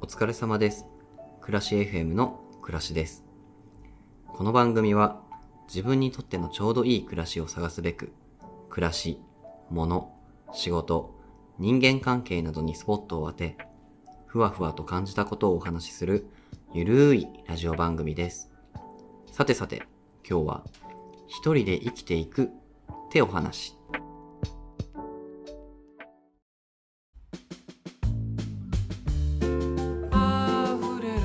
お疲れ様です。暮らし FM の暮らしです。この番組は自分にとってのちょうどいい暮らしを探すべく、暮らし、物、仕事、人間関係などにスポットを当て、ふわふわと感じたことをお話しするゆるいラジオ番組です。さてさて、今日は一人で生きていくってお話。あふれる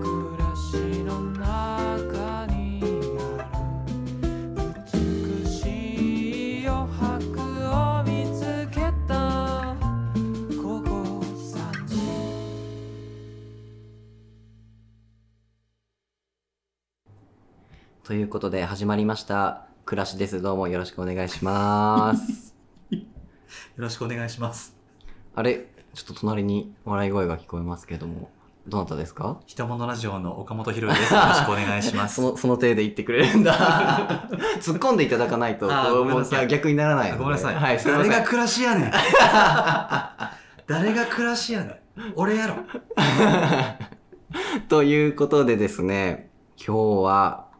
暮らしの中にある美しい余白を見つけた午後3時ということで始まりました。暮らしです。どうもよろしくお願いします。よろしくお願いします。あれ、ちょっと隣に笑い声が聞こえますけども、どなたですかひたものラジオの岡本 博です。よろしくお願いします。その、その手で言ってくれるんだ。 突っ込んでいただかないと、あーこうごめんなさいもう逆にならないのあで。ごめんなさい。はい、すいま誰せがん。暮らしやねん。 誰が暮らしやねん。俺やろ。ということでですね、今日は、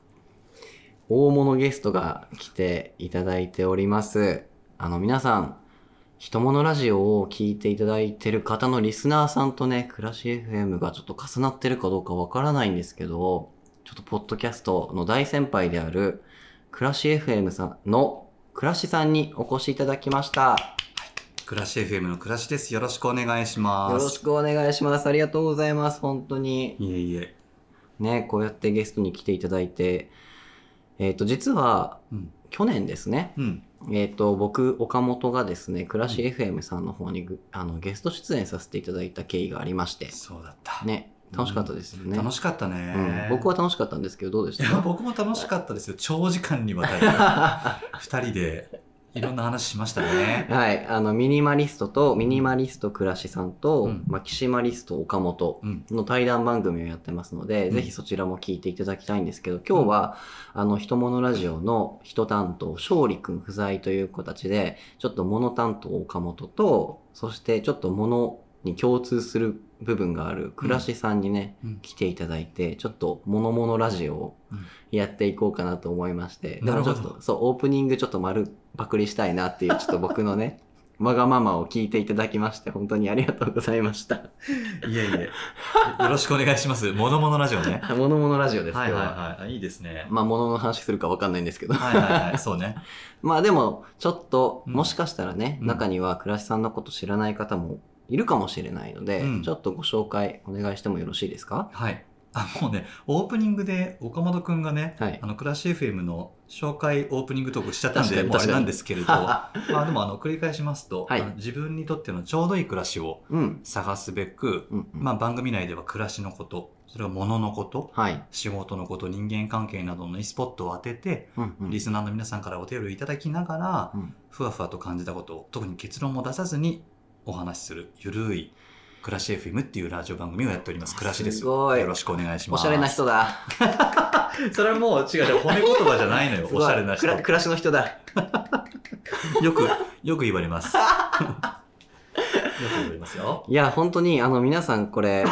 大物ゲストが来ていただいております。あの、皆さん、ひとものラジオを聞いていただいてる方のリスナーさんとね、暮らし FM がちょっと重なってるかどうかわからないんですけど、ちょっとポッドキャストの大先輩である、暮らし FM さんの、暮らしさんにお越しいただきました。暮らし FM の暮らしです。よろしくお願いします。よろしくお願いします。ありがとうございます。本当に。いえいえ。ね、こうやってゲストに来ていただいて、えっ、と、実は、うん。去年ですね、うん。えっ、と、僕、岡本がですね、暮らし FM さんの方にぐ、あの、ゲスト出演させていただいた経緯がありまして、そうだった。ね、楽しかったですよね。楽しかったね、うん僕は楽しかったんですけど、どうでしいたや、僕も楽しかったですよ。長時間にわた り。二人でいろんな話しましたね。はい、あの、ミニマリストと、ミニマリスト暮らしさんと、うんマキシマリスト岡本うん。の対談番組をやってますので、うんぜひそちらも聞いていただきたいんですけど、今日は、あの、ひとものラジオの人担当、勝利くん不在という形で、ちょっと物担当岡本と、そしてちょっと物に共通する部分がある暮らしさんにね、うんうん来ていただいて、ちょっと物々ラジオをうんやっていこうかなと思いまして、でなもるちょほどっと、そう、オープニングちょっと丸パクリしたいなっていう、ちょっと僕のね、 わがままを聞いていただきまして、本当にありがとうございました。いえいえ。よろしくお願いします。ものものラジオ ね。物々ラジオです、はい今日はは。いはい。いいですね。まあ、ものの話するかわかんないんですけど。はいはいはい。そうね。 まあでも、ちょっと、うんもしかしたらね、うん中には倉石さんのこと知らない方もいるかもしれないので、うんちょっとご紹介お願いしてもよろしいですかはい。あ、もうね、オープニングで岡本くんがね、はいあの、クラッシュ FM の紹介オープニングトークしちゃったん確かで、にもうあ確かれなにんですけれど、 まはあでもあの、繰り返しますと、はいあの自分にとってのちょうどいい暮らしを うん。探すべく、うん、うんまあ番組内では暮らしのこと、それは物のこと、はい。仕事のこと、人間関係などのスポットを当てて、うんうんリスナーの皆さんからお手入れいただきながら、うんふわふわと感じたことを、特に結論も出さずにお話しする、ゆるい、暮らし FM っていうラジオ番組をやっております。暮らしです。すごいよろしくお願いしおます。しゃれな人だ。それはもう違う違う、褒め言葉じゃないのよ 。すごいおしゃれな人。くら暮らしの人だ。よく、よく言わ れます。よく言われますよ。いや、本当に、あの、皆さんこれ、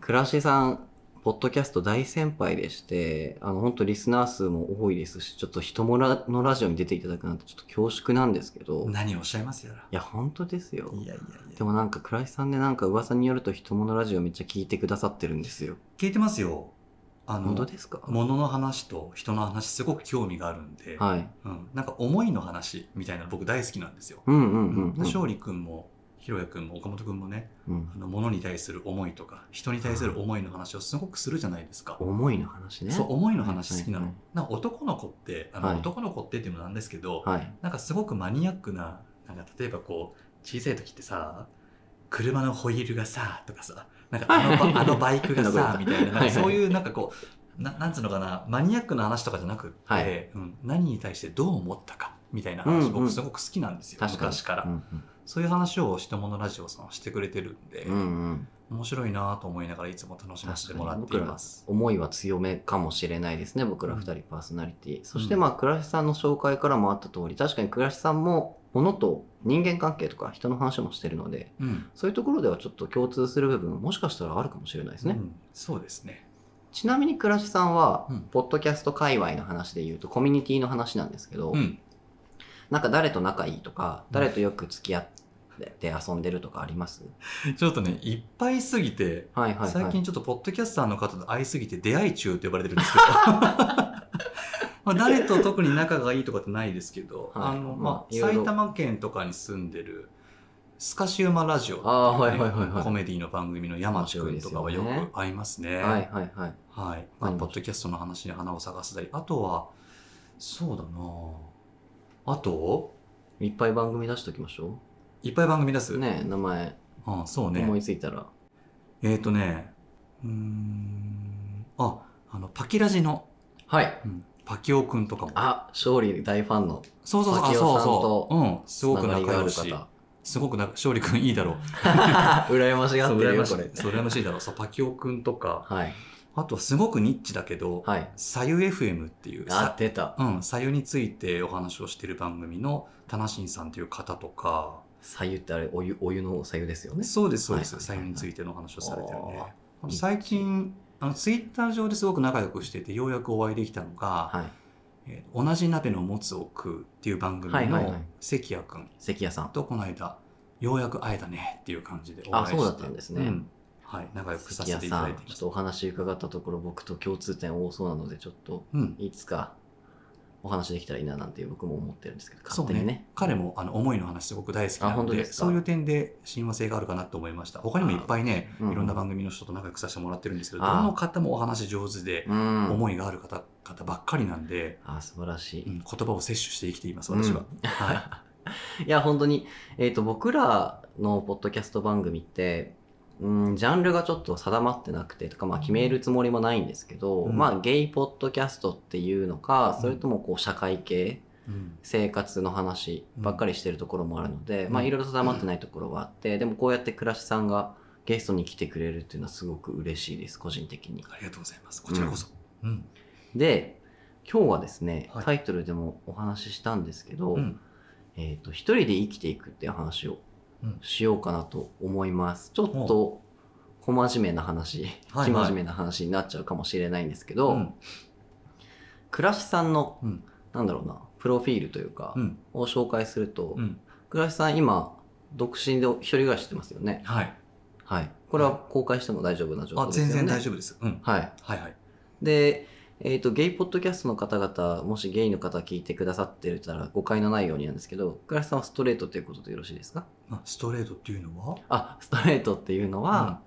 倉石さん、ポッドキャスト大先輩でして、あの、本当リスナー数も多いですし、ちょっと人もらのラジオに出ていただくなんてちょっと恐縮なんですけど、い何をおっしゃいますやら。や、本当ですよ。いやいやいでや。もなんか、倉石さんでなんか噂によると、人物ラジオめっちゃ聞いてくださってるんですよ。聞いてますよ。あ本当の、ですか物の話と人の話すごく興味があるんで、はい。うん、なんか思いの話みたいなの僕大好きなんですよ。うんうんうん、うん。勝利くんも、ひろやくんも、岡本くんもね、うんあの、物に対する思いとか、人に対する思いの話をすごくするじゃないですか。思いの話ね。そう、思いの話好きなはいのはい。なんか男の子って、あの、はい男の子ってっていうのもなんですけど、はい。なんかすごくマニアックな、なんか例えばこう、小さい時ってさ、車のホイールがさ、とかさ、なんかあの ばあのバイクがなるさ、ほみどたいな、なんはいかはいそういうなんかこう、ななんつうのかな、マニアックな話とかじゃなくって、はいうん、何に対してどう思ったか、みたいな話、うんうん僕すごく好きなんですよ、確かに昔から、うんそういう話をしてものラジオさんはしてくれてるんで、うん。うんうん。面白いなぁと思いながらいつも楽しませてもらっています。思いは強めかもしれないですね僕ら2人パーソナリティ、そしてうんまあ倉橋さんの紹介からもあった通り確かに倉橋さんも物と人間関係とか人の話もしてるので、うん。そういうところではちょっと共通する部分、もしかしたらあるかもしれないですね。うんそうですね。ちなみに、倉らしさんは、うんポッドキャスト界隈の話で言うと、コミュニティの話なんですけど、うん。なんか誰と仲いいとか、うん誰とよく付き合って遊んでるとかあります、ちょっとね、いっぱいすぎて、はいはいはい。最近ちょっとポッドキャスターの方と会いすぎて出会い中って呼ばれてるんです けど。まあ誰と特に仲がいいとかってないですけど、はいあまの、まああ、いろいろ埼玉県とかに住んでる、スカシウマラジオっていうね、あーはいはいはいはいコメディの番組の山地君とかはよ面白いですよねく会いますね。はいはいはい。はい。まあ、うんポッドキャストの話に花を探すだり、あとは、そうだなあと、いっぱい番組出しておきましょいっぱい番組出す。う。ねえ名前、うん、そうね。思いついたら。えっ、ー、とね、うーん、あ、あの、パキラジの、はい。うん、パキオくんとかも。あ、勝利大ファンのそうそうそう、パあキオそうさんとそう。うん、すつごなくがり仲があ良るし。方。すごくな、勝利くんいいだろう。 羨ましがそっう、てる羨よ、ましこい。れ。 そう、羨ましいだろう。そう、パキオくんとか、はい。あとはすごくニッチだけど、はい。さゆ FM っていう、あさ、出た。うん、さゆについてお話をしている番組の、たなしんさんという方とか、左右ってあれ、お湯、お湯の左右ですよね。そうです、そうです。はい左右についてのお話をされてるねあー。あの最近、あのツイッター上ですごく仲良くしてて、ようやくお会いできたのが、はい。えー同じ鍋のもつを食うっていう番組はいはいはのい関谷君関谷さん。とこの間、ようやく会えたねっていう感じでお会いあして。そうだったんですねうんはい、仲良くさ関せ谷ていたさだいん、てちょまっす。とお話伺ったところ、僕と共通点多そうなので、ちょっと、うん。いつかお話できたらいいななんて僕も思ってるんですけど、勝そう手にねね。。彼もあの思いの話すごく大好きなあの本当でですかそういう点で親和性があるかなと思いました。他にもいっぱいね、あうんいろんな番組の人と仲良くさせてもらってるんですけど、どあの方もお話上手で、うん。思いがある方方ばっかりなんで、あ、素晴らしい。うん言葉を摂取して生きています、私は。はいや、本当に、えっ、と、僕らのポッドキャスト番組って、うん、ジャンルがちょっと定まってなくてとか、まあ、決めるつもりもないんですけど、うんまあ、ゲイポッドキャストっていうのかう、んそれともこう、社会系、い。うん生活の話ばっかりしてるところもあるので、うんまあ、いろいろ定まってないところはあって、でもこうやって倉しさんがゲストに来てくれるっていうのはすごく嬉しいです、個人的に。ありがとうございます。こちらこそ。うん。で、今日はですね、はいタイトルでもお話ししたんですけど、うんえっ、と、一人で生きていくっていう話をうんしようかなと思います。ちょっと、小真面目な話、はい生真面目な話になっちゃうかもしれないんですけど、うん倉らしさんの、うんなんだろうな、プロフィールというか、うん。を紹介するとう、ん。倉らしさん今、独身で一人暮らししてますよね。はい。はい。これは公開しても大丈夫な状況あ、ですよ全ね。然大丈夫です。うん。夫。はい。はいはい。で、えっ、と、ゲイポッドキャストの方々、もしゲイの方聞いてくださってたら誤解のないようになんですけど、倉らしさんはストレートということでよろしいですかまあストレートっていうのはあ、ストレートっていうのは、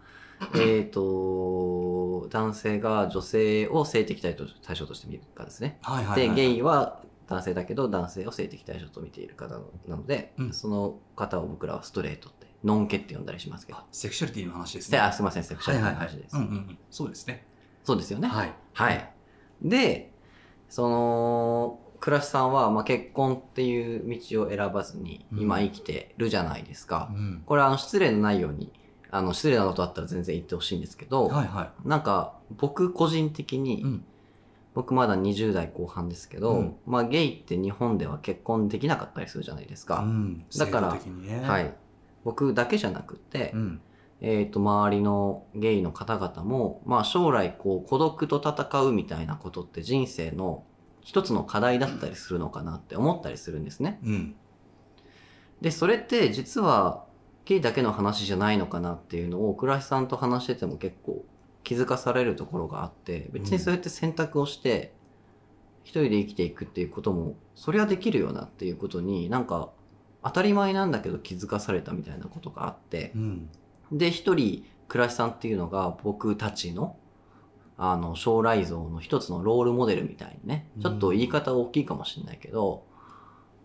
えっ、と、男性が女性を性的対象対象として見るかですね。はいはいで、はい。ゲイ。イは男性だけど男性を性的対象と見ている方なので、うんその方を僕らはストレートって、ノンケって呼んだりしますけど。あセクシャリティの話ですせね。あすいません、セクシャはいルはないはい話で。す。うんうんうん。そうですね。そうですよね。はい。はい。で、その、倉石さんは、まあ、結婚っていう道を選ばずにうん今生きてるじゃないですか。うん。これはあの失礼のないように、あの失礼なことあったら全然言ってほしいんですけど、はいはなんか僕個人的い。に、うん。僕まだ20代後半ですけど、うんまあゲイって日本では結婚できなかったりするじゃないですうか。ん。だから制度的にね。は。い。僕だけじゃなくて、うん。えっ、と、周りのゲイの方々も、まあ将来こう孤独と戦うみたいなことって人生の一つの課題だったりするのかなって思ったりするんですね。うん。で、それって実はゲイだけの話じゃないのかなっていうのを倉石さんと話してても結構気づかされるところがあって、別にそうやって選択をして一人で生きていくっていうことも、そりゃできるよなっていうことになんか当たり前なんだけど気づかされたみたいなことがあって、うん。で、一人、倉石さんっていうのが僕たちの、あの、将来像の一つのロールモデルみたいにね、ちょっと言い方大きいかもしれないけど、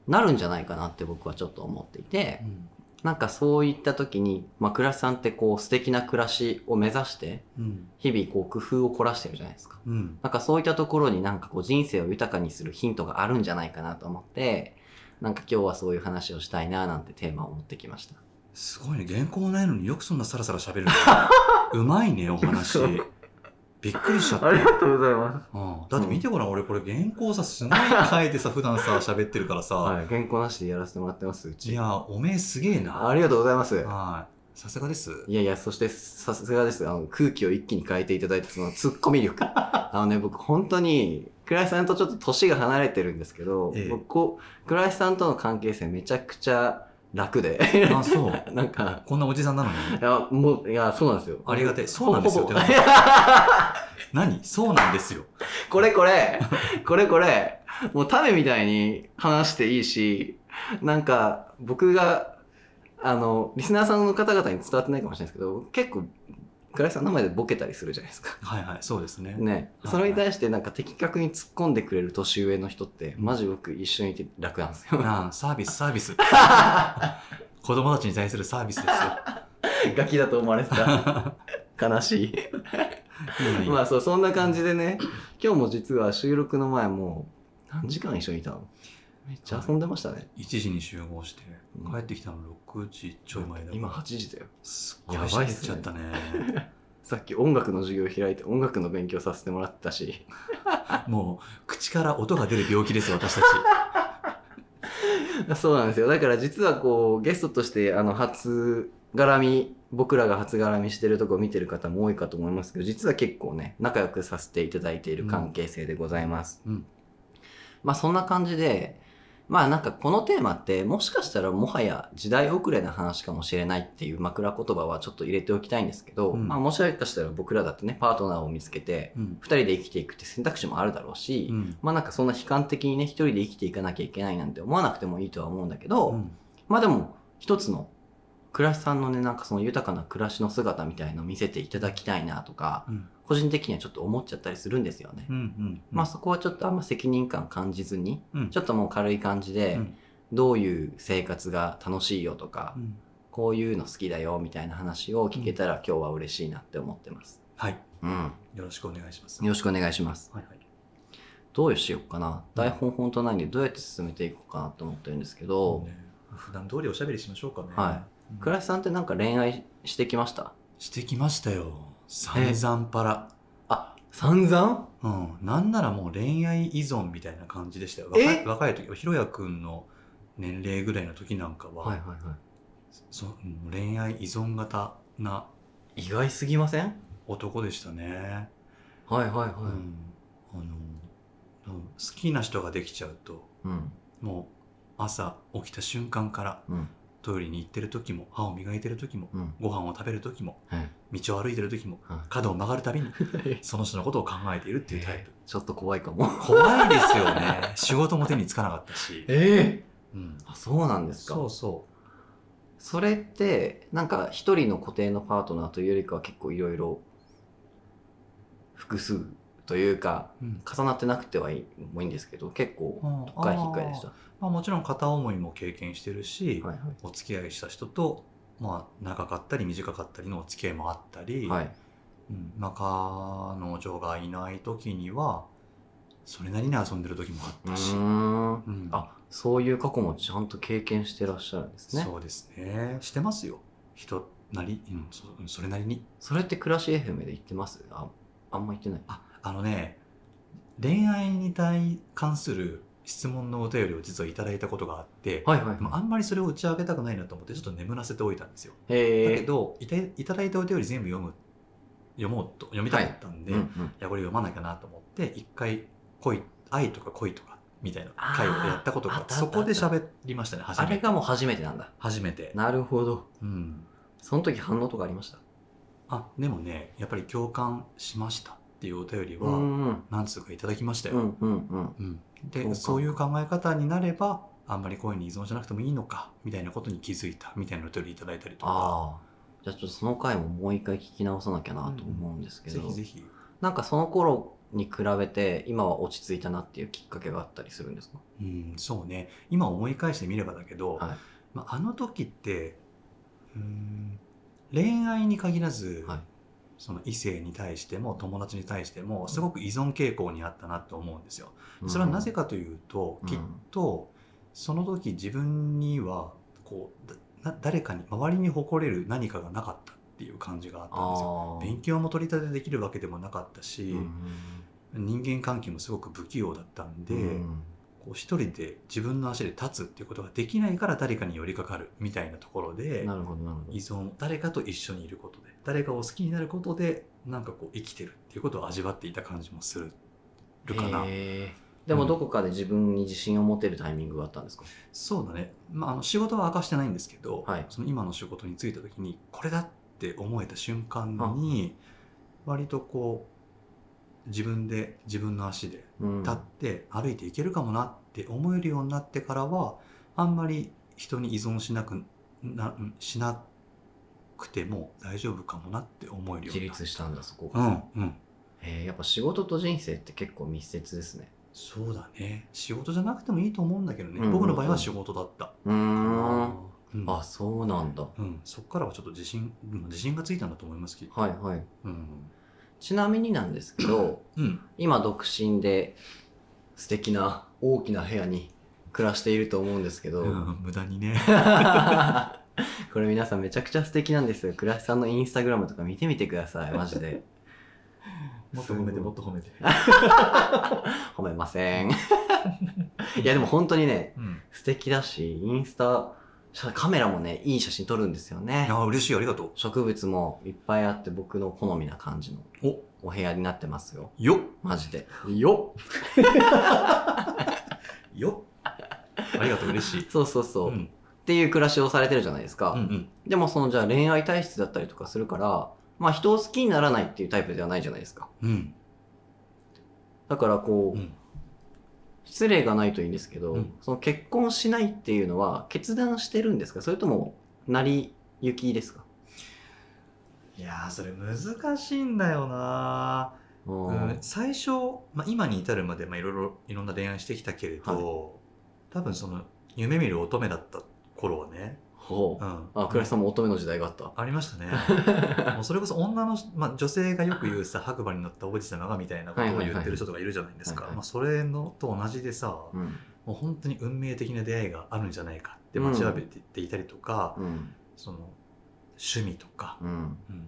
なるんじゃないかなって僕はちょっと思っていてう、んなんかそういった時に、まあ、倉石さんってこう素敵な暮らしを目指して、うん。日々こう工夫を凝らしてるじゃないですか。うん。なんかそういったところになんかこう人生を豊かにするヒントがあるんじゃないかなと思って、なんか今日はそういう話をしたいななんてテーマを持ってきました。 すごいね。原稿ないのによくそんなサラサラ喋るね。うまいね、お話。びっくりしちゃったありがとうございまうんだって見てごらん、俺これ原稿さ、すごい書いてさ、普段さ、喋ってるからさ、はい、原稿なしでやらせてもらってます、うい、ち。や、おめえすげえな。ありがとうございます。はい。さすがで す。いやいや、そして、さすがです。あの、空気を一気に変えていただいた、その、ツッコミ 力。あのね、僕、本当に、倉石さんとちょっと年が離れてるんですけど、ええ僕こう、倉石さんとの関係性めちゃくちゃ楽で。 あ、そう。なんか、こんなおじさん なのに。いや、もう、いや、そうなんですよ。ありがてえそうなんですよほぼほぼ って何そうなんですよ。これこれ、これこれ、もうタメみたいに話していいし、なんか、僕が、あの、リスナーさんの方々に伝わってないかもしれないですけど、結構、倉石さんの前でボケたりするじゃないですか。はいはい、そうですね。ね、はいそれに対してなんか的確に突っ込んでくれる年上の人って、マジ僕一緒にいて楽なんですよ。なあ、サービス、サービス。子供たちに対するサービスですよ。 ガキだと思われて た。悲しいいい。のまにあそう、そんな感じでね、今日も実は収録の前もう何時間一緒にいたのめっちゃ遊んでましたね。 1時に集合して、うん帰ってきたの6時ちょい前だ。今8時だよ。すっごいやばいっすね喋っちゃったね。さっき音楽の授業開いて音楽の勉強させてもらってたし、 もう、口から音が出る病気です、私たち。 そうなんですよ。だから実はこう、ゲストとしてあの初絡み、僕らが初絡みしてるとこ見てる方も多いかと思いますけど、実は結構ね、仲良くさせていただいている関係性でございます。うんうんまあそんな感じで、まあなんかこのテーマってもしかしたらもはや時代遅れな話かもしれないっていう枕言葉はちょっと入れておきたいんですけど、うんまあもしかしたら僕らだってね、パートナーを見つけて、うん。二人で生きていくって選択肢もあるだろうし、うん。まあなんかそんな悲観的にね、一人で生きていかなきゃいけないなんて思わなくてもいいとは思うんだけど、うんまあでも、一つの、暮らしさんのね、なんかその豊かな暮らしの姿みたいのを見せていただきたいなとか、うん。個人的にはちょっと思っちゃったりするんですよね。うん。うん。まあそこはちょっとあんま責任感感じずに、うんちょっともう軽い感じで、うんどういう生活が楽しいよとか、うんこういうの好きだよみたいな話を聞けたら今日は嬉しいなって思ってます。はい。うん。よろしくお願いします。よろしくお願いします。はいはい。どうしようかな台本本当ないんでどうやって進めていこうかなと思ってるんですけど、ね普段通りおしゃべりしましょうかね。はうん倉石さんってなんか恋愛してきましたしてきましたよ散々パラ、あ散々うんなんならもう恋愛依存みたいな感じでしたよ若えい若い時ひろやくんの年齢ぐらいの時なんかは、はいはいはそうん恋愛依存型ない意外すぎません男でしたね、はいはいはいうんあのうん好きな人ができちゃうとうんもう朝起きた瞬間からうんトイレに行ってる時も歯を磨いてる時もうんご飯を食べる時もはい道を歩いてる時もは角を曲がるたびにいその人のことを考えているっていうタイプちょっと怖いかも怖いですよね仕事も手につかなかったし、 ええうん、あそうなんですかそうそそれってなんか一人の固定のパートナーというよりかは結構いろいろ複数というかう、うん重なってなくてはいいもいいんですけど結構うん都会引っかいでしたあーまあ、もちろん片思いも経験してるし、はいはお付き合いした人と、まあ、長かったり短かったりのお付き合いもあったり、いはいうんまあ、彼女がいない時にはそれなりに遊んでる時もあったし、ーんうんあそういう過去もちゃんと経験してらっしゃるんですね。そうですねしてますよ人なり、うん、そうんそれなりにそれって暮らし FM で言ってますああんま言ってない。ああのね恋愛に対関する質問のお便りを実はいただいたことがあって、はいはいでもあんまりそれを打ち上げたくないなと思ってちょっと眠らせておいたんですよ、だけへえ。どいたいただいたお便り全部読む読もうと読みたかったんで、うんういんやこれ読まなきゃなと思って一回恋愛とか恋とかみたいな会をやったことがあってあーあそったあこったで喋りましたね初あめれてがもう初めてなんだ。初めて、なるほど。うん、その時反応とかありましたあでもねやっぱり共感しましたっていうお便りうはんうん何通かいただきましたよ、うんうんうん、そうかでそういう考え方になればあんまり恋に依存しなくてもいいのかみたいなことに気づいたみたいなお便りいただいたりとかああ。じゃあちょっとその回ももう一回聞き直さなきゃなと思うんですけぜど、ひぜひなんかその頃に比べて今は落ち着いたなっていうきっかけがあったりするんですかうんそうね今思い返してみればだけど、はいまあ、あの時ってうん恋愛に限らず、はいその異性に対しても友達に対してもすごく依存傾向にあったなと思うんですよ。それはなぜか、かというと、うんきっとその時自分にはこうだな誰かに周りに誇れる何かがなかったっっていう感じがあったんですよ。ああ。勉強も取り立てできるわけでもなかったし、人間関係もすごく不器用だったんで、うんこう一人で自分の足で立つっていうことができないから誰かに寄りかかるみたいなところでなるほど、なるほ依ど。存誰かと一緒にいることで誰かを好きになることでなんかこう生きてるっていうことを味わっていた感じもするるかな、へーでもどこかで自分に自信を持てるタイミングがあったんですか、そうだね、まあ、あの仕事は明かしてないんですけど、はいその今の仕事に就いた時にこれだって思えた瞬間に割とこう自分で自分の足でうん立って歩いていけるかもなって思えるようになってからはあんまり人に依存しなくなしなくても大丈夫かもなって思えるよう自にな立したんだ、そこうが。んうんへーやっぱ仕事と人生って結構密接ですね。そうだね仕事じゃなくてもいいと思うんだけどね、うん僕の場合は仕事だった、うーん。うんあ、そうなんだ。うん、そっからはちょっと自信うん自信がついたんだと思いますけど、はいはい。うんちなみになんですけ ど、うん、今独身で素敵な大きな部屋に暮らしていると思うんですけど、うん無駄にね これ皆さんめちゃくちゃ素敵なんですよ。倉橋さんのインスタグラムとか見てみてください、マジで。もっと褒めてもっと褒めて、褒めませ ん。いやでも本当にね、うん、素敵だし、インスタ、写カメラもね、いい写真撮るんですよね。あ嬉しいありがと植物もいっぱいあって僕の好みな感じのうおお部屋になってますよ。よっマジで。よっよっありがとう嬉しいそうそうそう。うんっていう暮らしをされてるじゃないですか。うんうん、でもそのじゃあ恋愛体質だったりとかするから、まあ人を好きにならないっていうタイプではないじゃないですか。うんだからこう、うん失礼がないといいんですけど、うんその結婚しないっていうのは決断してるんですかそれとも成り行きですかいやーそれ難しいんだよな、ううんん、最初、まあ、今に至るまでまあいろいろいろんな恋愛してきたけれど、はい多分その夢見る乙女だった頃はね、ほうう。ん、あ、倉石さんも乙女の時代があった。ありましたね もうそれこそ女の、まあ、女性がよく言うさ白馬に乗ったおじ様がみたいなことを言ってる人とかいるじゃないですはいかはいはいまあそれのと同じでさ、うん。もう本当に運命的な出会いがあるんじゃないかって待ちわびていたりとか、うん。その趣味とか、うん。うんうん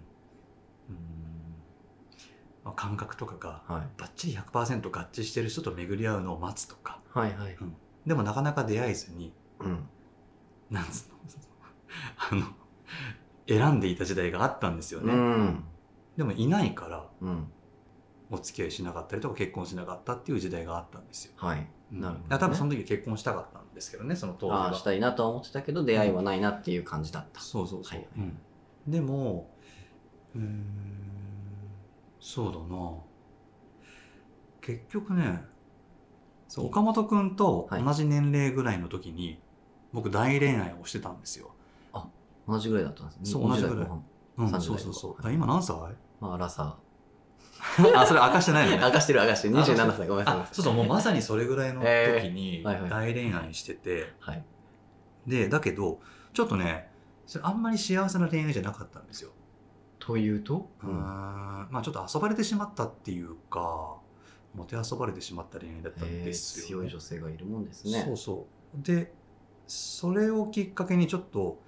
まあ、感覚とかがはい。ばっちり100%合致してる人と巡り合うのを待つとかはいはい。でもなかなか出会えずにうん。なんつうの あの選んでいた時代があったんですようね、ん。でもいないからうん。お付き合いしなかったりとか結婚しなかったっていう時代があったんですよ、はい。なるほどねだから多分その時結婚したかったんですけどねその当時あはあ、したいなとは思ってたけど、出会いはないなっていう感じだった。そうそうそう、はいうんでもうーんそうだな結局ねそう岡本君とはい同じ年齢ぐらいの時に、僕大恋愛をしてたんですよ、同じぐらいだったんですね。そう同じぐらい20代後半うん、 30代そうそうそうとかあ今何 歳まあ、アラサあそれ明かしてないのー。明かしてる明かしてる。27歳。ごめんなさいごめんなあさい。 そうそうもうまさにそれぐらいの時にえーはいはい大恋愛してて、はい。でだけどちょっとねそれあんまり幸せな恋愛じゃなかったんですよというとうーんまあちょっと遊ばれてしまったっていうか、もて遊ばれてしまった恋愛だったんえでーすよ、強い女性がいるもんですね。そうそう。で、それをきっかけにちょっと、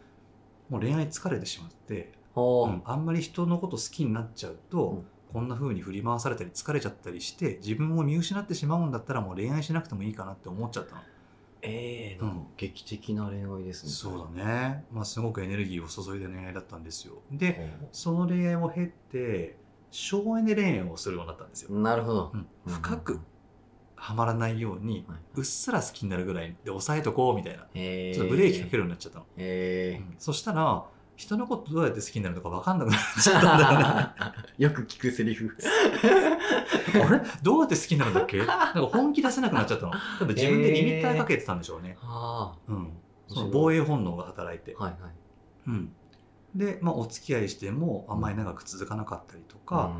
もう恋愛疲れてしまって、ほううんあんまり人のこと好きになっちゃうと、うんこんな風に振り回されたり疲れちゃったりして、自分を見失ってしまうんだったらもう恋愛しなくてもいいかなって思っちゃったの。ええなんか劇的な恋愛ですね。そうだね。まあすごくエネルギーを注いだ恋愛だったんですよ。で、ね。その恋愛を経て、省エネ恋愛をするようになったんですよ。なるほど。うん深くはまらないようにはいうっすら好きになるぐらいで抑えとこうみたいなえちょっとブレーキかけるようになっちゃったの、えうんそしたら人のことどうやって好きになるのか分かんなくなっ ちゃったんだよねー よく聞くセリフ。 あれどうやって好きになるんだっけなんか本気出せなくなっちゃったの多分自分でリミッターかけてたんでしょうね、あうん、その面白い防衛本能が働いてあ。、はいはい。うん、で、まあ、お付き合いしてもあんまり長く続かなかったりとか、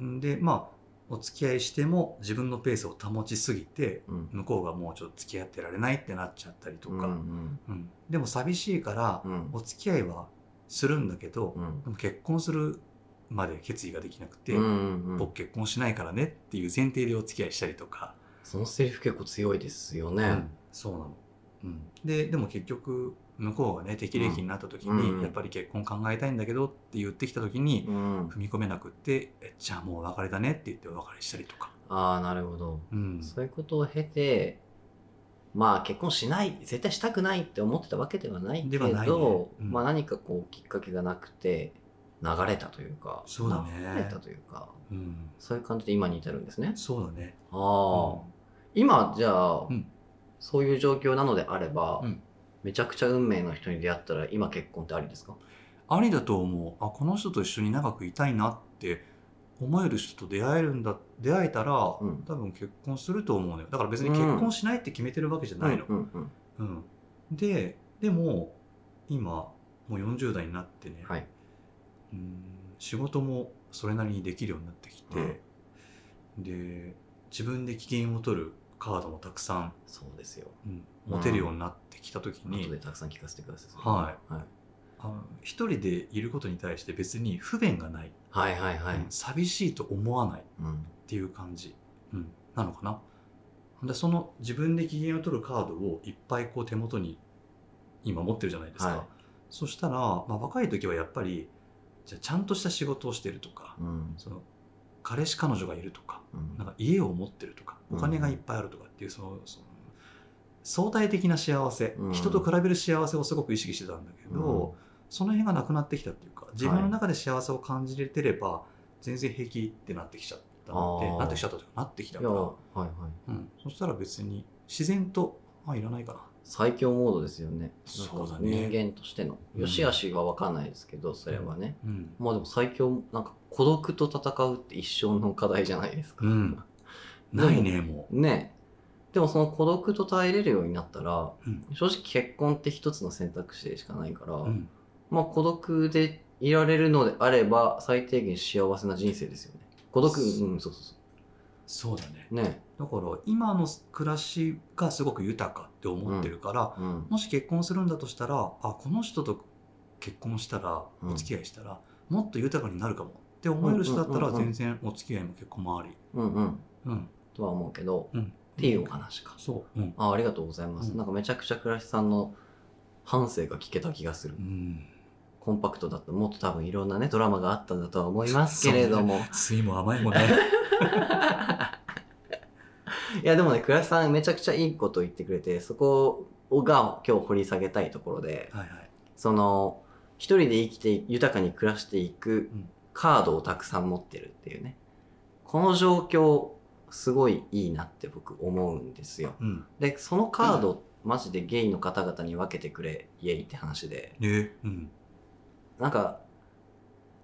うんでまあお付き合いしても自分のペースを保ちすぎてうん。向こうがもうちょっと付き合ってられないってなっちゃったりとか、うんうんでも寂しいからうん。うんお付き合いはするんだけど、うんでも結婚するまで決意ができなくて、うんうんうん僕結婚しないからねっていう前提でお付き合いしたりとか、そのセリフ結構強いですよね。うんそうなの、うん、ででも結局向こうがね適齢期になった時に、うんやっぱり結婚考えたいんだけどって言ってきた時に、うん踏み込めなくってえじゃあもうお別れだねって言ってお別れしたりとか、ああなるほど、うん、そういうことを経てまあ結婚しない絶対したくないって思ってたわけではないけではないねど、うんまあ、何かこうきっかけがなくて流れたというかそうだね流れたというかうん、そういう感じで今に至るんですねそうだねああ、今じゃあ、うんそういう状況なのであれば、うんめちゃくちゃ運命の人に出会ったら今結婚ってありですかありだと思うあこの人と一緒に長くいたいなって思える人と出会えるんだ出会えたら、ん多分結婚すると思うのよだから別に結婚しないって決めてるわけじゃないの、うんうんうん、ででも今もう40代になってね、はいうん仕事もそれなりにできるようになってきて、で自分で機嫌を取るカードもたくさん、そうですようん持てるようになってきた時に、後でたくさん聞かせてください、はいはいあの一人でいることに対して別に不便がない、はいはいはいうん寂しいと思わないっうんていう感じ、うん、なのかなでその自分で機嫌を取るカードをいっぱいこう手元に今持ってるじゃないですか、はそしたら、まあ、若い時はやっぱりじゃあちゃんとした仕事をしてるとか、いうんその彼氏彼女がいるとかうんなんか家を持ってるとかうんお金がいっぱいあるとかっていうそのその相対的な幸せ、うん人と比べる幸せをすごく意識してたんだけど、その辺がなくなってきたっていうか自分の中で幸せを感じれてれば、全然平気ってなってきちゃったなってあーなってきちゃったというかなってきたいかやら、はいはいうん、そしたら別に自然とあいらないかな最強モードですよねなんかそうだね人間としてのうん良し悪しは分かんないですけど、それはねうん、まあでも最強なんか孤独と戦うって一生の課題じゃないですか、うんないねもねでもその孤独と耐えれるようになったら、うん正直結婚って一つの選択肢でしかないから、う、うん、まあ孤独でいられるのであれば最低限幸せな人生ですよね孤独うんそうそうそそうだねうねだから今の暮らしがすごく豊かって思ってるから、うんもし結婚するんだとしたらあこの人と結婚したらうんお付き合いしたら、もっと豊かになるかもって思える人だったうらんうんうんう全ん然お付き合いも結婚もあり、うんうんうんとは思うけど、うんっていうお話かそう、うんあありがとうございます、うんなんかめちゃくちゃ倉石さんの半生が聞けた気がする、うん、コンパクトだったもっと多分いろんなねドラマがあったんだとは思いますけれども、酸いも甘い もねいやでもね倉石さんめちゃくちゃいいこと言ってくれてそこが今日掘り下げたいところではいはいその一人で生きて豊かに暮らしていくうんカードをたくさん持ってるっていうねこの状況すごいいいなって僕思うんですようんでそのカード、マジでゲイの方々に分けてくれイエイって話でねうんなんか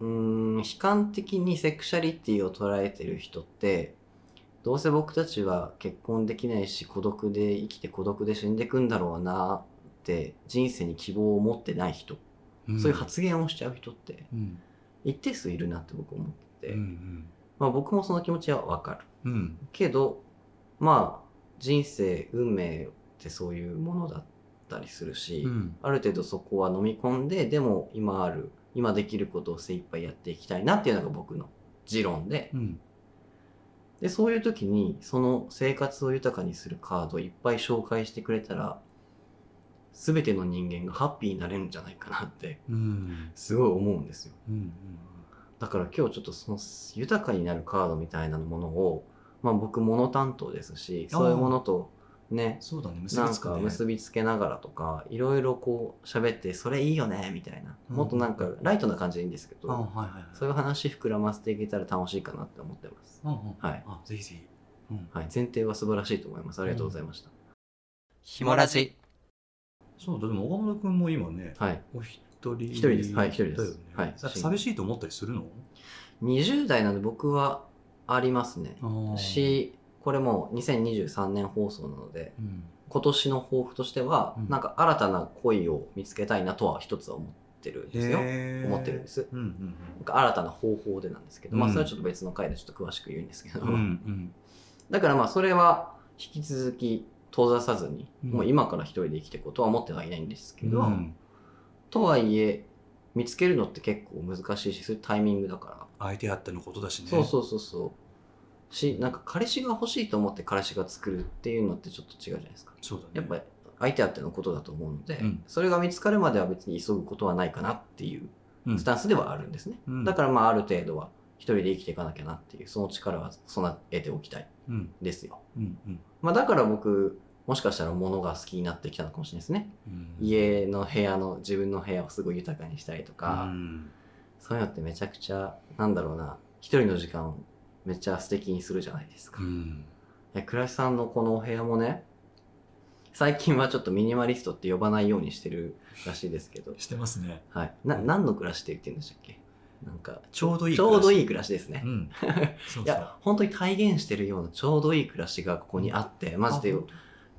うーん悲観的にセクシャリティを捉えてる人ってどうせ僕たちは結婚できないし孤独で生きて孤独で死んでくんだろうなって人生に希望を持ってない人、んそういう発言をしちゃう人ってうん一定数いるなって僕思ってて、うんまあ、僕もその気持ちはわかるうんうんけどまあ人生運命ってそういうものだったりするし、うんある程度そこは飲み込んででも今ある今できることを精一杯やっていきたいなっていうのが僕の持論でうんでそういう時にその生活を豊かにするカードをいっぱい紹介してくれたら全ての人間がハッピーになれるんじゃないかなってうんうんすごい思うんですようんだから今日ちょっとその豊かになるカードみたいなものをまあ僕物担当ですしそういうものとねそうだね結なびんつくかね結びつけながらとかいろいろこう喋ってそれいいよねみたいなうんもっとなんかライトな感じでいいんですけあはいどはいはいそういう話膨らませていけたら楽しいかなって思ってます、うんうんはいあぜひぜひうんはい、前提は素晴らしいと思いますありがとうございました、ひもラジそうだでも岡村君も今ねはいお一人一人ですはい一人ですだよねはいさ寂しいと思ったりするの20代なんで僕はありますねあー、しこれもう2023年放送なのでうん、今年の抱負としては、うんなんか新たな恋を見つけたいなとは一つは思ってるんですよへー思ってるんですうんうんなんか新たな方法でなんですけど、まあうんそれはちょっと別の回でちょっと詳しく言うんですけど、うんうんだからまあそれは引き続き遠ざさずに、うんもう今から一人で生きていこうとは思ってはいないんですけど、うんとはいえ見つけるのって結構難しいしそういうタイミングだから、相手あってのことだしねそうそうそうそうしなんか彼氏が欲しいと思って彼氏が作るっていうのってちょっと違うじゃないですかそうだやっねぱ相手あってのことだと思うので、うんそれが見つかるまでは別に急ぐことはないかなっていううんスタンスではあるんですね、うんだからまあある程度は一人で生きていかなきゃなっていうその力は備えておきたいうんですよ、うんうんまあ、だから僕もしかしたら物が好きになってきたのかもしれないですね、うん家の部屋の自分の部屋をすごい豊かにしたりとか、うんそういうのってめちゃくちゃなんだろうな一人の時間をめっちゃ素敵にするじゃないですか、うんえ倉石さんのこのお部屋もね最近はちょっとミニマリストって呼ばないようにしてるらしいですけど、してますねはい、な何の暮らしって言ってるんでしたっけなんかちょうどいいちょうどいいい暮らしですね、うい んそうそや本当に体現してるようなちょうどいい暮らしがここにあってマジであ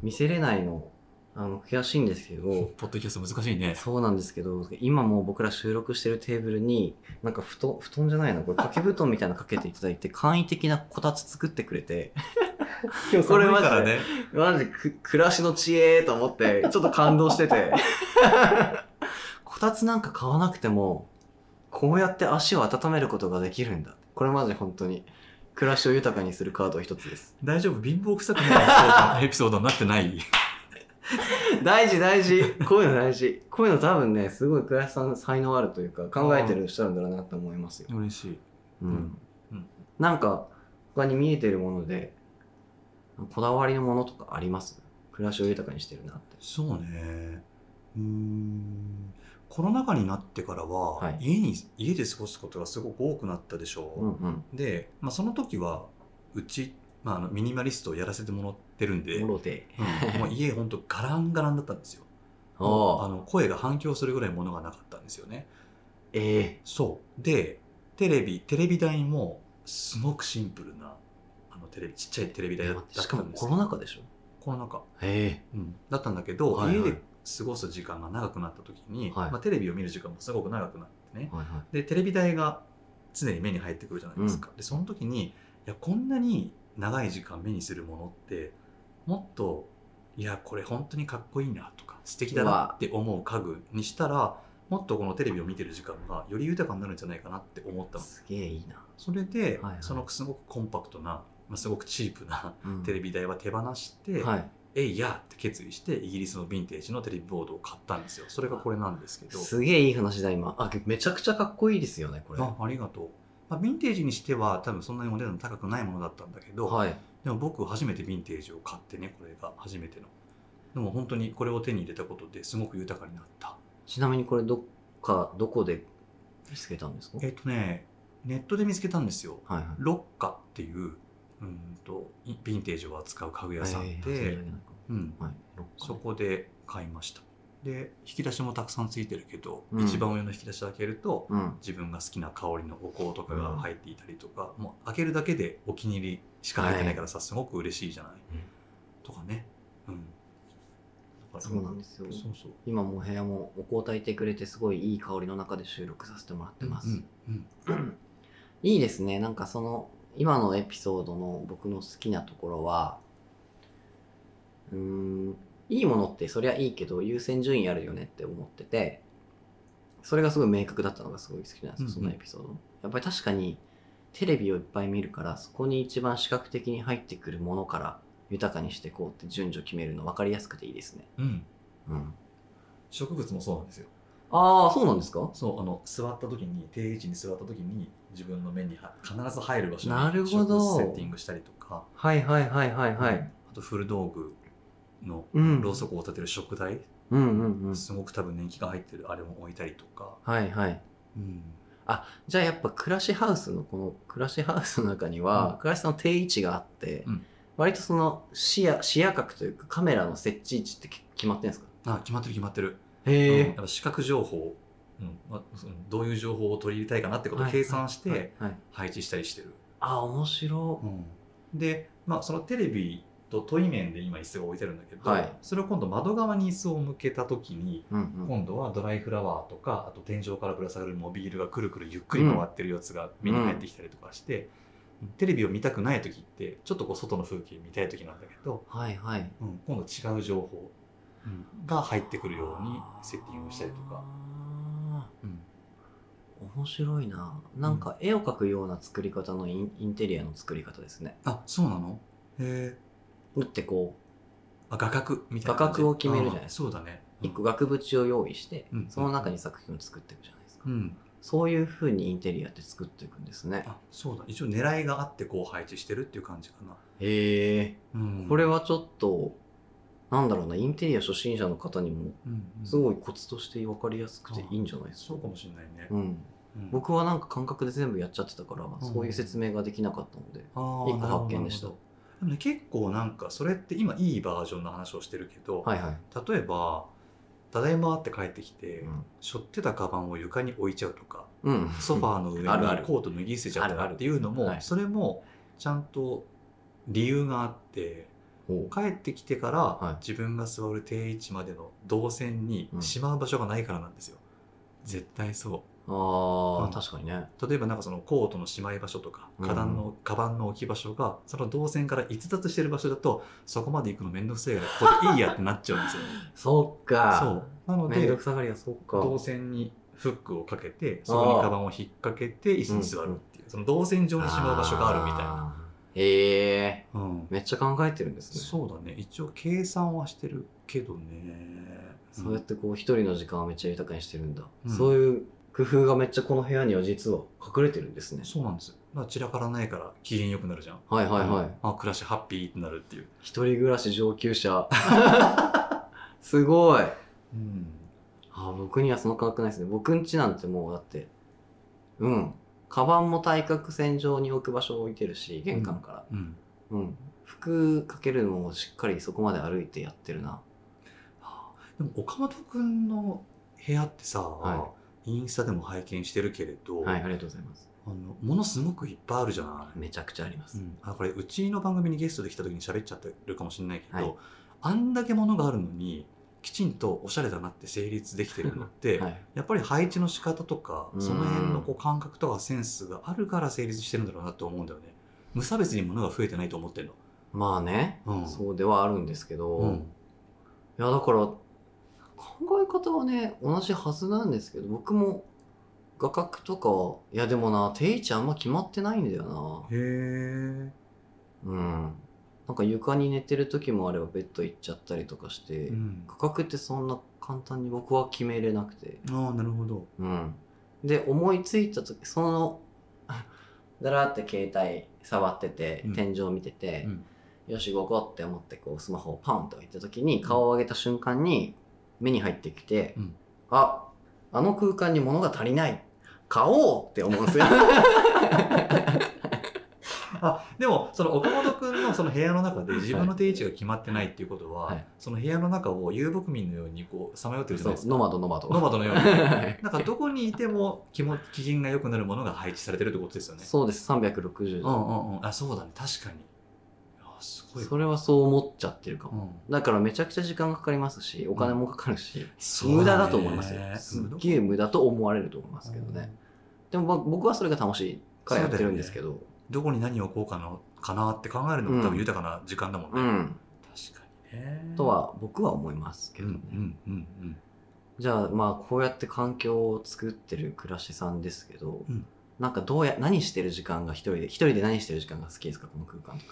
見せれないのあの悔しいんですけどうポッドキャスト難しいねそうなんですけど今もう僕ら収録してるテーブルになんか布団布団じゃないなこれ掛け布団みたいなのかけていただいて簡易的なこたつ作ってくれて今日これ寒マいジでからねマジく暮らしの知恵と思って、ちょっと感動して て。こたつなんか買わなくても、こうやって足を温めることができるんだ。これマジ本当に、暮らしを豊かにするカード一つです。大丈夫貧乏くさくないエピソードになってない大事大事こういうの大事。こういうの多分ね、すごい暮らしさん才能あるというか、考えてる人なんだろうなと思いますよ。嬉しいうんうん。なんか、他に見えてるもので、こだわりのものとかあります暮らしを豊かにしてるなって。そうねうーんコロナ禍になってからは、はい家に家で過ごすことがすごく多くなったでしょうんうん。う、で、まあ、その時はうち、まああの、ミニマリストをやらせてもらってるんで、もろて。うんもう家ほんとガランガランだったんですよおあーの声が反響するぐらいものがなかったんですよねええそうでテレビテレビ台もすごくシンプルなあのテレビちっちゃいテレビ台だったんですよしかもコロナ禍でしょコロナ禍へうん、だったんだけど、はいはい家で過ごす時間が長くなった時に、はいまあ、テレビを見る時間もすごく長くなってねえはいはいでテレビ台が常に目に入ってくるじゃないですか、でその時にいやこんなに長い時間目にするものってもっといやこれ本当にかっこいいなとか素敵だなって思う家具にしたらもっとこのテレビを見てる時間がより豊かになるんじゃないかなって思ったのすげえいいな、それで、はいはいそのすごくコンパクトな、まあ、すごくチープなうんテレビ台は手放して、はいえいやって決意してイギリスのヴィンテージのテレビボードを買ったんですよそれがこれなんですけどすげえいい話だ今あめちゃくちゃかっこいいですよねこれあありがとう、まあ、ヴィンテージにしては多分そんなにお値段高くないものだったんだけど、はいでも僕初めてヴィンテージを買ってねこれが初めてのでも本当にこれを手に入れたことですごく豊かになったちなみにこれどっかどこで見つけたんですかえっ、とねネットで見つけたんですよはいはいロッカっていううんといヴィンテージを扱う家具屋さんえで、ーうん、はいロッカーそこで買いましたで引き出しもたくさんついてるけど、うん一番上の引き出し開けるとうん自分が好きな香りのお香とかが入っていたりとか、もう開けるだけでお気に入りしか入ってないからさ、すごく嬉しいじゃない、うんとかねうんだからそうなんですよそうそう今もお部屋もお香焚いてくれてすごいいい香りの中で収録させてもらってます、うんうん いいですね。なんかその、今のエピソードの僕の好きなところは、うーん、いいものってそりゃいいけど優先順位あるよねって思ってて、それがすごい明確だったのがすごい好きなんですうんうよ、んそのエピソード。やっぱり確かにテレビをいっぱい見るから、そこに一番視覚的に入ってくるものから豊かにしていこうって順序決めるの分かりやすくていいですね。うんうん。植物もそうなんですよああ、そうなんですかそうあの座った時に定位置に座った時に自分の目には必ず入る場所になるほど植物セッティングしたりとかはいはいはいはいはうんい。あと古道具のうん。ろうそくを立てる食台、うんうんうん。すごく多分年季が入ってるあれも置いたりとか、はいはい。うん、じゃあやっぱ暮らしハウスのこの暮らしハウスの中には、うん暮らしさんの定位置があって、うん割とその視野視野角というかカメラの設置位置ってき決まってんですかあ決まってる決まってるへうんやっぱ視覚情報、うんまあ、そのどういう情報を取り入れたいかなってことを計算しはいてはい配置したりしてる、あ面白で、まあ、そのテレビと対面で今椅子が置いてあるんだけど、はいそれを今度窓側に椅子を向けた時にうんうん今度はドライフラワーとかあと天井からぶら下がるモビールがくるくるゆっくり回ってるやつが目に入ってきたりとかして、テレビを見たくない時ってちょっとこう外の風景見たい時なんだけど、はいはいうん今度違う情報が入ってくるようにセッティングしたりとか。あー面白いななんか絵を描くような作り方のインインテリアの作り方ですねあそうなのへえ打ってこうあ画角みたいな画角を決めるじゃないですかそうだね一個額縁を用意して、うんその中に作品を作っていくじゃないですか、うんそういうふうにインテリアって作っていくんですねあそうだ一応狙いがあってこう配置してるっていう感じかな、へえうんこれ、はちょっとなんだろうなインテリア初心者の方にもうんうんすごいコツとして分かりやすくていいんじゃないですか、そうかもしれないね、うん、うん僕はなんか感覚で全部やっちゃってたから、んそういう説明ができなかったので、あ一個発見でしたなるほどなるほどでもね結構なんかそれって今いいバージョンの話をしてるけど、はいはい、例えば「ただいま」って帰ってきて、うん背負ってたカバンを床に置いちゃうとかうん、ソファーの上にあるあるコート脱ぎ捨てちゃうとあるかあるっていうのもはいそれもちゃんと理由があってお帰ってきてかはらい自分が座る定位置までの動線にしまう場所がないからなんですよ。絶対そあうー、うん確かにね例えばなんかそのコートのしまい場所とか、うん花壇の、カバンの置き場所が、その動線から逸脱してる場所だと、そこまで行くのめんどくせえから、これいいやってなっちゃうんで すよね。そっそうか。なのめんどでく、さがりはそっか動線にフックをかけて、そこにカバンを引っ掛けて、椅子に座るっていう、その動線上にしまう場所があるみたいな。いなへえうんめっちゃ考えてるんですねそうだね。一応計算はしてるけどね。そうやってこう一人の時間をめっちゃ豊かにしてるんだ、うんそういう工夫がめっちゃこの部屋には実は隠れてるんですねうんそうなんですよ。だから散らからないから機嫌良くなるじゃん。はいはいはい、うんあ、暮らしハッピーってなるっていう。一人暮らし上級者 すごいうん。あ僕にはその感覚ないですね僕ん家なんてもうだってうんカバンも対角線上に置く場所を置いてるし玄関からうん。うん、服かけるのもしっかりそこまで歩いてやってるなはあでも岡本君の部屋ってさ、はインスタでも拝見してるけれど、はいありがとうございますあのものすごくいっぱいあるじゃない、めちゃくちゃあります、うんあこれうちの番組にゲストで来た時に喋っちゃってるかもしれないけど、はいあんだけものがあるのにきちんとおしゃれだなって成立できてるのって、 はい、やっぱり配置の仕方とかうんその辺のこう感覚とかセンスがあるから成立してるんだろうなって思うんだよね無差別にものが増えてないと思ってるの、まあね、うんそうではあるんですけど、うんいやだから考え方はね同じはずなんですけど僕も画角とかいやでもな定位置あんま決まってないんだよへえなうんなんか床に寝てる時もあればベッド行っちゃったりとかして、うん、画角ってそんな簡単に僕は決めれなくてああなるほどうんで思いついた時その だらって携帯触ってて、うん天井見てて、うんよし動こうって思ってこうスマホをパンと置いた時に顔を上げた瞬間に目に入ってきて、うんああの空間に物が足りない買おうって思うん ですよあでもその岡本君のその部屋の中で自分の定位置が決まってないっていうことは、はいその部屋の中を遊牧民のようにこうさまよってるじゃそなういですかノマドノマドノマドのようにはいなんかどこにいても気も機嫌が良くなるものが配置されてるってことですよね そうです360う度、んうんうんあそうだね確かにあすごいそれはそう思っちゃってるかも、うんだからめちゃくちゃ時間かかりますしお金もかかるし、そうね無駄だと思いますよすっげえ無無駄と思われると思いますけどね、でもぼ僕はそれが楽しいからやってるんですけどどこに何を置こうかなかなって考えるのも多分豊かな時間だもんうね、ん確かにねとは僕は思いますけうんどうね、んうんうんじゃあまあこうやって環境を作ってる暮らしさんですけど、うんなんかどうや何してる時間が一人で一人で何してる時間が好きですかこの空間とか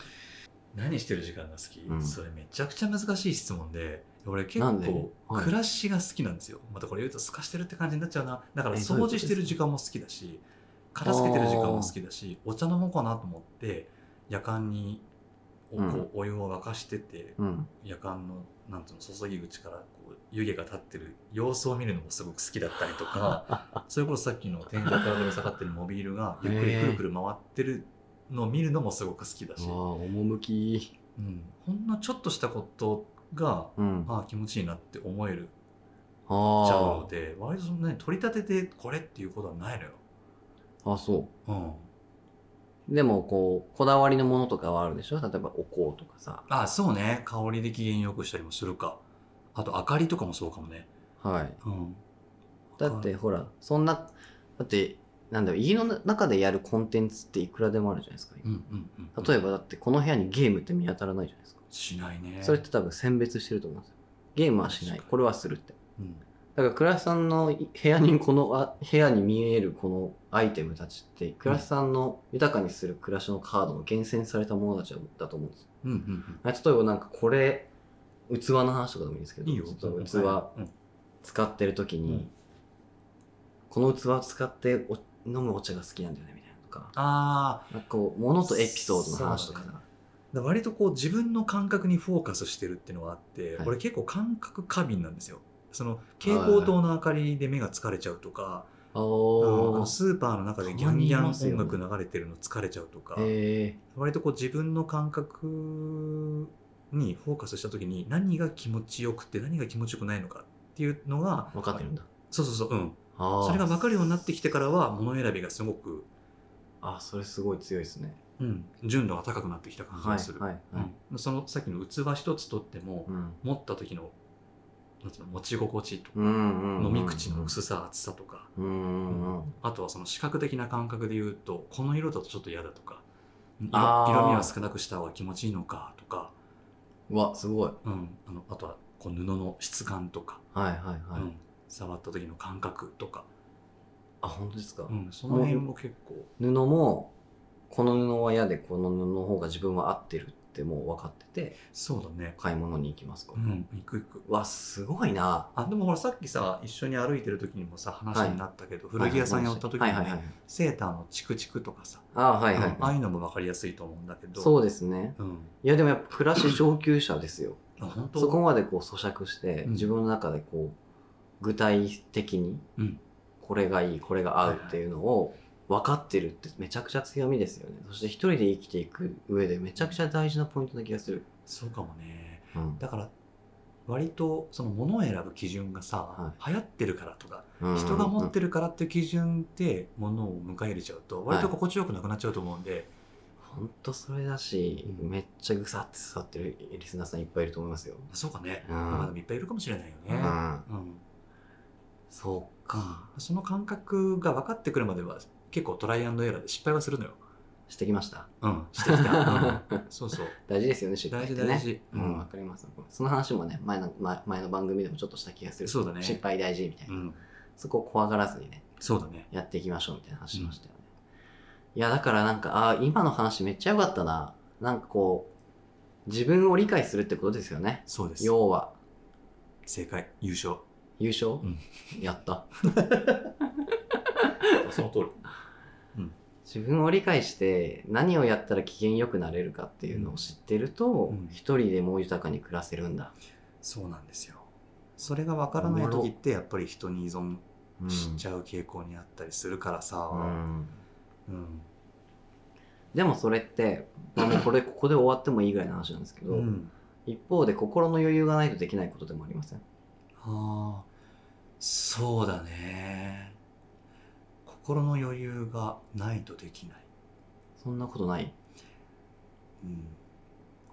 何してる時間が好き、うんそれめちゃくちゃ難しい質問で俺結なんで構はい暮らしが好きなんですよ、またこれ言うと透かしてるって感じになっちゃうなだからえどういうこと掃除してる時間も好きだし片付けてる時間も好きだしお茶飲もうかなと思って夜間にこううんお湯を沸かしてて、うん夜間のなんつうの注ぎ口からこう湯気が立ってる様子を見るのもすごく好きだったり とかそれこそさっきの天井からぶら下がってるモビールがゆっくりくるくる回ってるのを見るのもすごく好きだし。趣うん、ほんのちょっとしたことが、うんあああ気持ちいいなって思えるちゃあうので割とそんなに取り立ててこれっていうことはないのよ、あそうん、うでもこうこだわりのものとかはあるでしょ例えばお香とかさああそうね香りで機嫌よくしたりもするかあと明かりとかもそうかもね、はいうん、だってほらそんなだってなんだろう家の中でやるコンテンツっていくらでもあるじゃないですか、うんうんうんうん例えばだってこの部屋にゲームって見当たらないじゃないですか、しないねそれって多分選別してると思うんですよゲームはしない確かにこれはするってうんだから倉橋さんのい部屋にこのあ部屋に見えるこのアイテムたちって倉橋さんの豊かにする暮らしのカードの厳選されたものたちだと思うんですようんうんうん例えばなんかこれ器の話とかでもいいですけどいいよちょっと器、はいうん使ってる時に、うんこの器を使ってお飲むお茶が好きなんだよねみたいなのとかあなんかこう物とエピソードの話とかそうだーだ割とこう自分の感覚にフォーカスしてるっていうのがあって、はい俺結構感覚過敏なんですよその蛍光灯の明かりで目が疲れちゃうとか、あおのースーパーの中でギャンギャン音楽流れてるの疲れちゃうとか、へ割とこう自分の感覚にフォーカスした時に何が気持ちよくて何が気持ちよくないのかっていうのがー分かってるんだそうそうそううんあーそれが分かるようになってきてからは物選びがすごく、あそれすごい強いですねうん、純度が高くなってきた感じはがする、いはいはい、うん、そのさっきの器一つとっても、うん持った時のなんていうの持ち心地とか、うんうんうん飲み口の薄さ厚さとかうんうんうんあとはその視覚的な感覚で言うとこの色だとちょっと嫌だとか色あー色味は少なくした方が気持ちいいのかとかうわすごいうん、あのあとはこう布の質感とか、はいはいはい、うん、触った時の感覚とか、あ本当ですか、うん、その辺も結構布もこの布は嫌でこの布の方が自分は合ってるってもう分かっててそうだね買い物に行きますこうれ、ん行く行くわすごいなあでもほらさっきさ一緒に歩いてる時にもさ話になったけど、古着屋さんに寄った時にはね、いはいはいセーターのチクチクとかさ、あはいはい、うんああいうのも分かりやすいと思うんだけどそうう、ですねうん、いやでもやっぱ暮らし上級者ですよあ本当そこまでこう咀嚼して、うん自分の中でこう具体的にうんこれがいいこれが合うっていうのを分かってるってめちゃくちゃ強みですよねそして一人で生きていく上でめちゃくちゃ大事なポイントな気がする、そうかもねうんだから割とその物を選ぶ基準がはさ、流行ってるからとか人が持ってるからっていう基準で物を迎え入れちゃうと割と心地よくなくなっちゃうと思うんで、ほんとそれだし、うんめっちゃぐさって刺さってるリスナーさんいっぱいいると思いますよ。そうかね、うんまあでもいっぱいいるかもしれないようね、ん。うんそうか。その感覚が分かってくるまでは結構トライアンドエラーで失敗はするのよ、してきました。うん、してきた、 うんそうそう大事ですよね、失敗大って事ね。大事、う、うんわんかります。その話もね前の、前前の番組でもちょっとした気がする。そうだね失敗大事みたいな。うんそこを怖がらずにね、そうだねやっていきましょうみたいな話しましたよね。いや、だからなんか、ああー、今の話めっちゃ良かったな。なんかこう、自分を理解するってことですよね。そうです要は、正解優勝優勝、んやった。 その通り自分を理解して何をやったら機嫌よくなれるかっていうのを知ってるとうん一、人でも豊かに暮らせるんだ、そうなんですよそれが分からない時ってやっぱり人に依存しちゃゃう傾向にあったりするからさ、うんでもそれって、まあ、もうこれここで終わってもいいぐらいの話なんですけど、うん一方で心の余裕がないとできないことでもありませんああそうだね心の余裕がないとできない、そんなことないうん、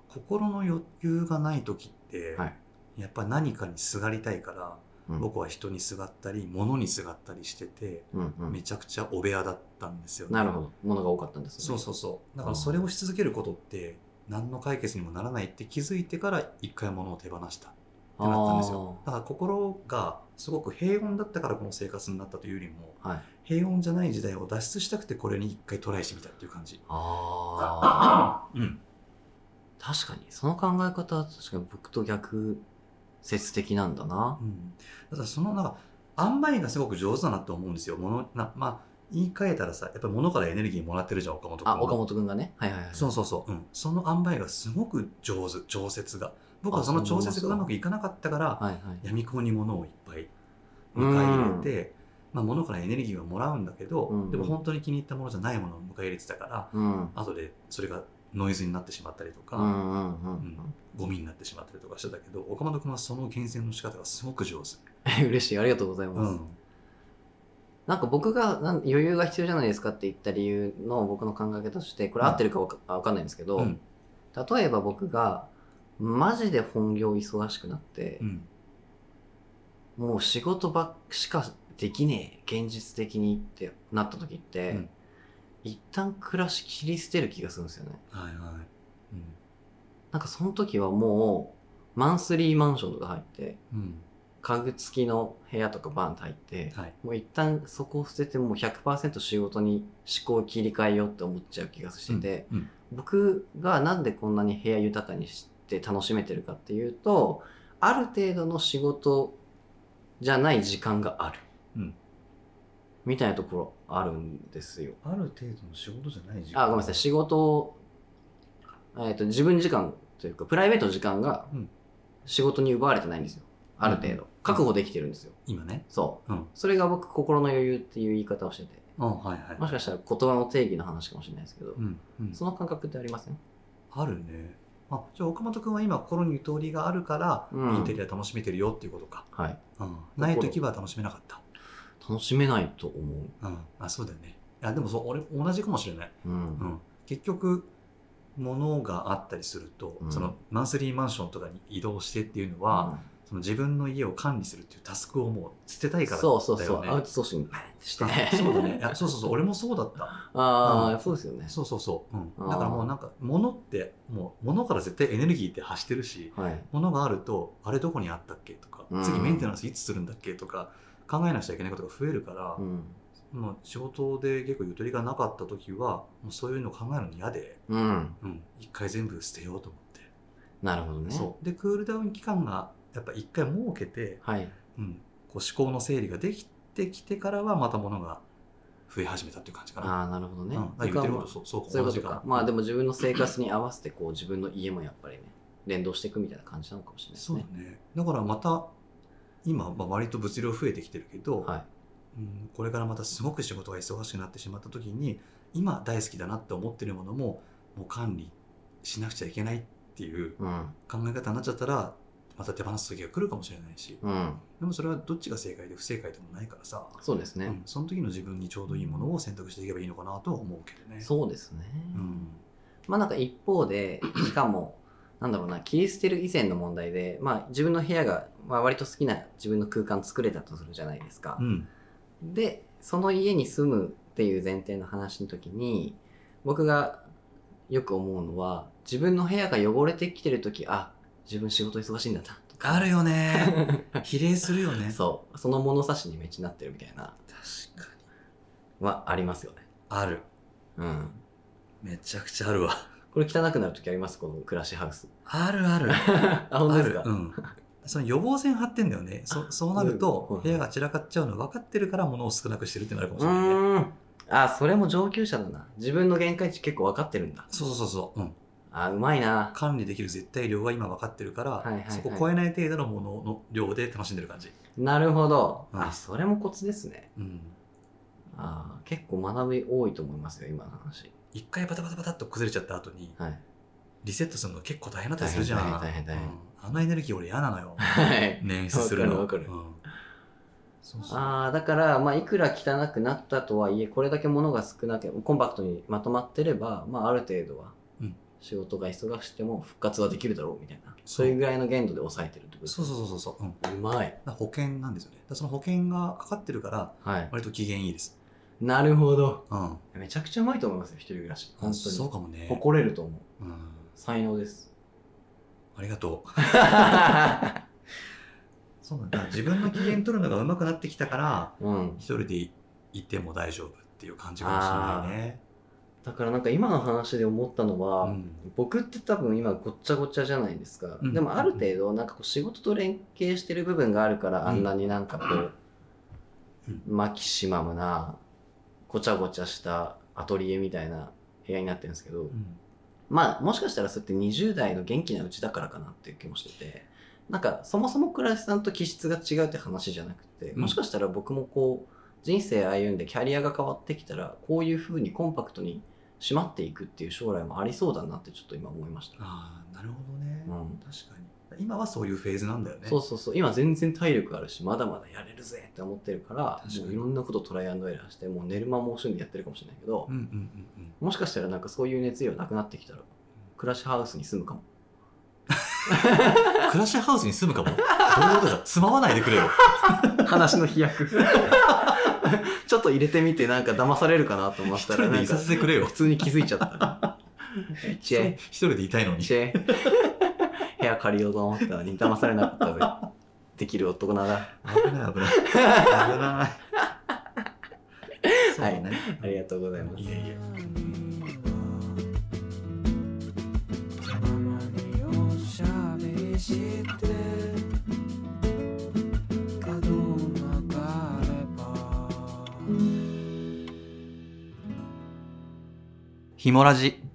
心の余裕がない時って、はいやっぱ何かにすがりたいから、うん僕は人にすがったり物にすがったりしてて、うんうめんちゃくちゃお部屋だったんですよねなるほどものが多かったんですねそうそうそうだからそれをし続けることって何の解決にもならないって気づいてから一回物を手放したってなったんですよだから心がすごく平穏だったからこの生活になったというよりもはい平穏じゃない時代を脱出したくてこれに一回トライしてみたっていう感じあーうん確かにその考え方は確かに僕と逆説的なんだなうん、だからそのなんか塩梅がすごく上手だなと思うんですよものなまあ言い換えたらさやっぱり物からエネルギーもらってるじゃん岡本君あ岡も本くんがねはいはいはいそうそうそう、うん、その塩梅がすごく上手調節が僕はそあのそう調思います節がうまくいかなかったからはいはい闇雲に物をいっぱい迎え入れて、まあ、物からエネルギーをもらうんだけど、うんでも本当に気に入ったものじゃないものを迎え入れてたからうん後でそれがノイズになってしまったりとか、うんうんうんううんんゴミになってしまったりとかしてたけど岡本君はその厳選の仕方がすごく上手、 嬉しいありがとうございます、なんか僕がなん余裕が必要じゃないですかって言った理由の僕の考え方としてこれ合ってるかわか,、わかんないんですけど、うん例えば僕がマジで本業忙しくなってう、んもう仕事ばっしかできねえ現実的にってなった時って、うん一旦暮らし切り捨てる気がするんですよねはいはい、なんかその時はもうマンスリーマンションとか入ってうんうん家具付きの部屋とかバンって入って、はい、もう一旦そこを捨ててもう100%仕事に思考を切り替えようって思っちゃう気がしてて、うん僕がなんでこんなに部屋豊かにしって楽しめてるかっていうとある程度の仕事じゃない時間がある、うんみたいなところあるんですよ。ある程度の仕事じゃない時間あごめんなさい仕事を、えー、と自分時間というかプライベートの時間がうん仕事に奪われてないんですよある程うん度確保できてるんですよ今ねそう、うんそれが僕心の余裕っていう言い方をしててあはいはいもしかしたら言葉の定義の話かもしれないですけど、うんうんその感覚ってありませんあるねあじゃあ岡本君は今心にゆとりがあるから、うんインテリア楽しめてるよっていうことか、はいうん、ない時は楽しめなかった、楽しめないと思うん、あそうだよねいやでもそう俺同じかもしれない、う、うんうん、結局物があったりすると、うんそのマンスリーマンションとかに移動してっていうのは、その自分の家を管理するっていうタスクをもう捨てたういんからだよそねうそうそうアウトソーシングバーンってしてあ そうだねいやそうそうそう俺もそうだったああ、うんそうですよねそうそうそう、うんあ、ーだからもうなんか物ってもう物から絶対エネルギーって発してるしはい物があるとあれどこにあったっけとか、うん次メンテナンスいつするんだっけとか考えなくちゃいけないことが増えるからう、ん、もう仕事で結構ゆとりがなかった時はもうそういうの考えるの嫌で、うん、うん、一回全部捨てようと思って、なるほどねそうでクールダウン期間がやっぱ一回設けて、はいうん、こう思考の整理ができてきてからはまた物が増え始めたっていう感じかな。ああなるほどね、うん、言ってることそうそうそういうこ同じとかか。まあでも自分の生活に合わせてこう自分の家もやっぱりね、連動していくみたいな感じなのかもしれないですそうだね。ねだからまた今、まあ、割と物量増えてきてるけど、はい。うん、これからまたすごく仕事が忙しくなってしまった時に今大好きだなって思ってるものももう管理しなくちゃいけないっていううん。考え方になっちゃったらまた手放す時が来るかもしれないしうん。でもそれはどっちが正解で不正解でもないからさ、そうですね。うん、その時の自分にちょうどいいものを選択していけばいいのかなとは思うけどね。そうですね。うんまあなんか一方 で、しかも、なんだろうな、切り捨てる以前の問題で、まあ自分の部屋が、まあ割と好きな自分の空間作れたとするじゃないですかう。んで、その家に住むっていう前提の話の時に、僕がよく思うのは、自分の部屋が汚れてきてる時、あ、自分仕事忙しいんだなとか。あるよね 比例する よねそう。その物差しにめっちゃなってるみたいな、確かにはありますよね。あるうん。めちゃくちゃあるわこれ汚くなるときありますこの暮らしハウ ス。あるあるあ、 本当あでするか、うん、その予防線張ってんだよねそそうなるうんうとん部屋が散らかっちゃうの分かってるから物を少なくしてるってなるかもしうれないねーん。あ、それも上級者だな。自分の限界値結構分かってるんだ。そうそうそうそう、うん、あ、うまいな。管理できる絶対量は今分かってるから、はいはいはいそこ超えない程度のものの量で楽しんでる感じ、なるほど。うんあ、それもコツですね。うん、あ結構学び多いと思いますよ、今の話。一回バタバタバタっと崩れちゃった後にはい。リセットするの結構大変だったりするじゃん大変大変大変大変うんあのエネルギー俺嫌なの よはい。捻出するのわかるわかるうんそうそうあーだから、まあ、いくら汚くなったとはいえこれだけ物が少なけコンパクトにまとまってれば、まあ、ある程度はうん仕事が忙しくても復活はできるだろうみたいな、そそうういうぐらいの限度で抑えてるってことですそうそうそうそう、うん、だかうまい、ら保険なんですよねだからその保険がかかってるからはい、割と機嫌いいです、なるほどうん、めちゃくちゃうまいと思いますよ一人暮らし本当そうにかもね、誇れると思ううん、才能です ありがとううそうなんだ自分の機嫌取るのが上手くなってきたからん一人でいても大丈夫っていう感じかもしれないね、だからなんか今の話で思ったのは、うん、僕って多分今ごっちゃごっちゃじゃないですか、うんでもある程度なんかこう仕事と連携してる部分があるからあんなになんかこう、マキシマムなごちゃごちゃしたアトリエみたいな部屋になってるんですけど、うんまあもしかしたらそれって20代の元気なうちだからかなっていう気もしててなんかそもそも倉石さんと気質が違うって話じゃなくて、うんもしかしたら僕もこう人生歩んでキャリアが変わってきたらこういうふうにコンパクトに締まっていくっていう将来もありそうだなってちょっと今思いました、ああなるほどね、うん確かに今はそういうフェーズなんだよねそうそうそう今全然体力あるしまだまだやれるぜって思ってるから確かにもういろんなことトライアンドエラーしてもう寝る間も惜しんでやってるかもしれないけど、うんうんうんうんもしかしたらなんかそういう熱意はなくなってきたら暮らしハウスに住むかもクラッシュハウスに住むかもどういうことだ住まわないでくれよ話の飛躍 ちょっと入れてみてなんか騙されるかなと思っ 一た ら人なでんいかさせてくれよ普通に気づいちゃ ったチェ一人でいたいのにチェ部屋借りようと思ったのに騙されなかったぜできる男なら危ない 危ない危ないそうね、ありがとうございますいえいえたまにおしゃして角を曲がればひもラジ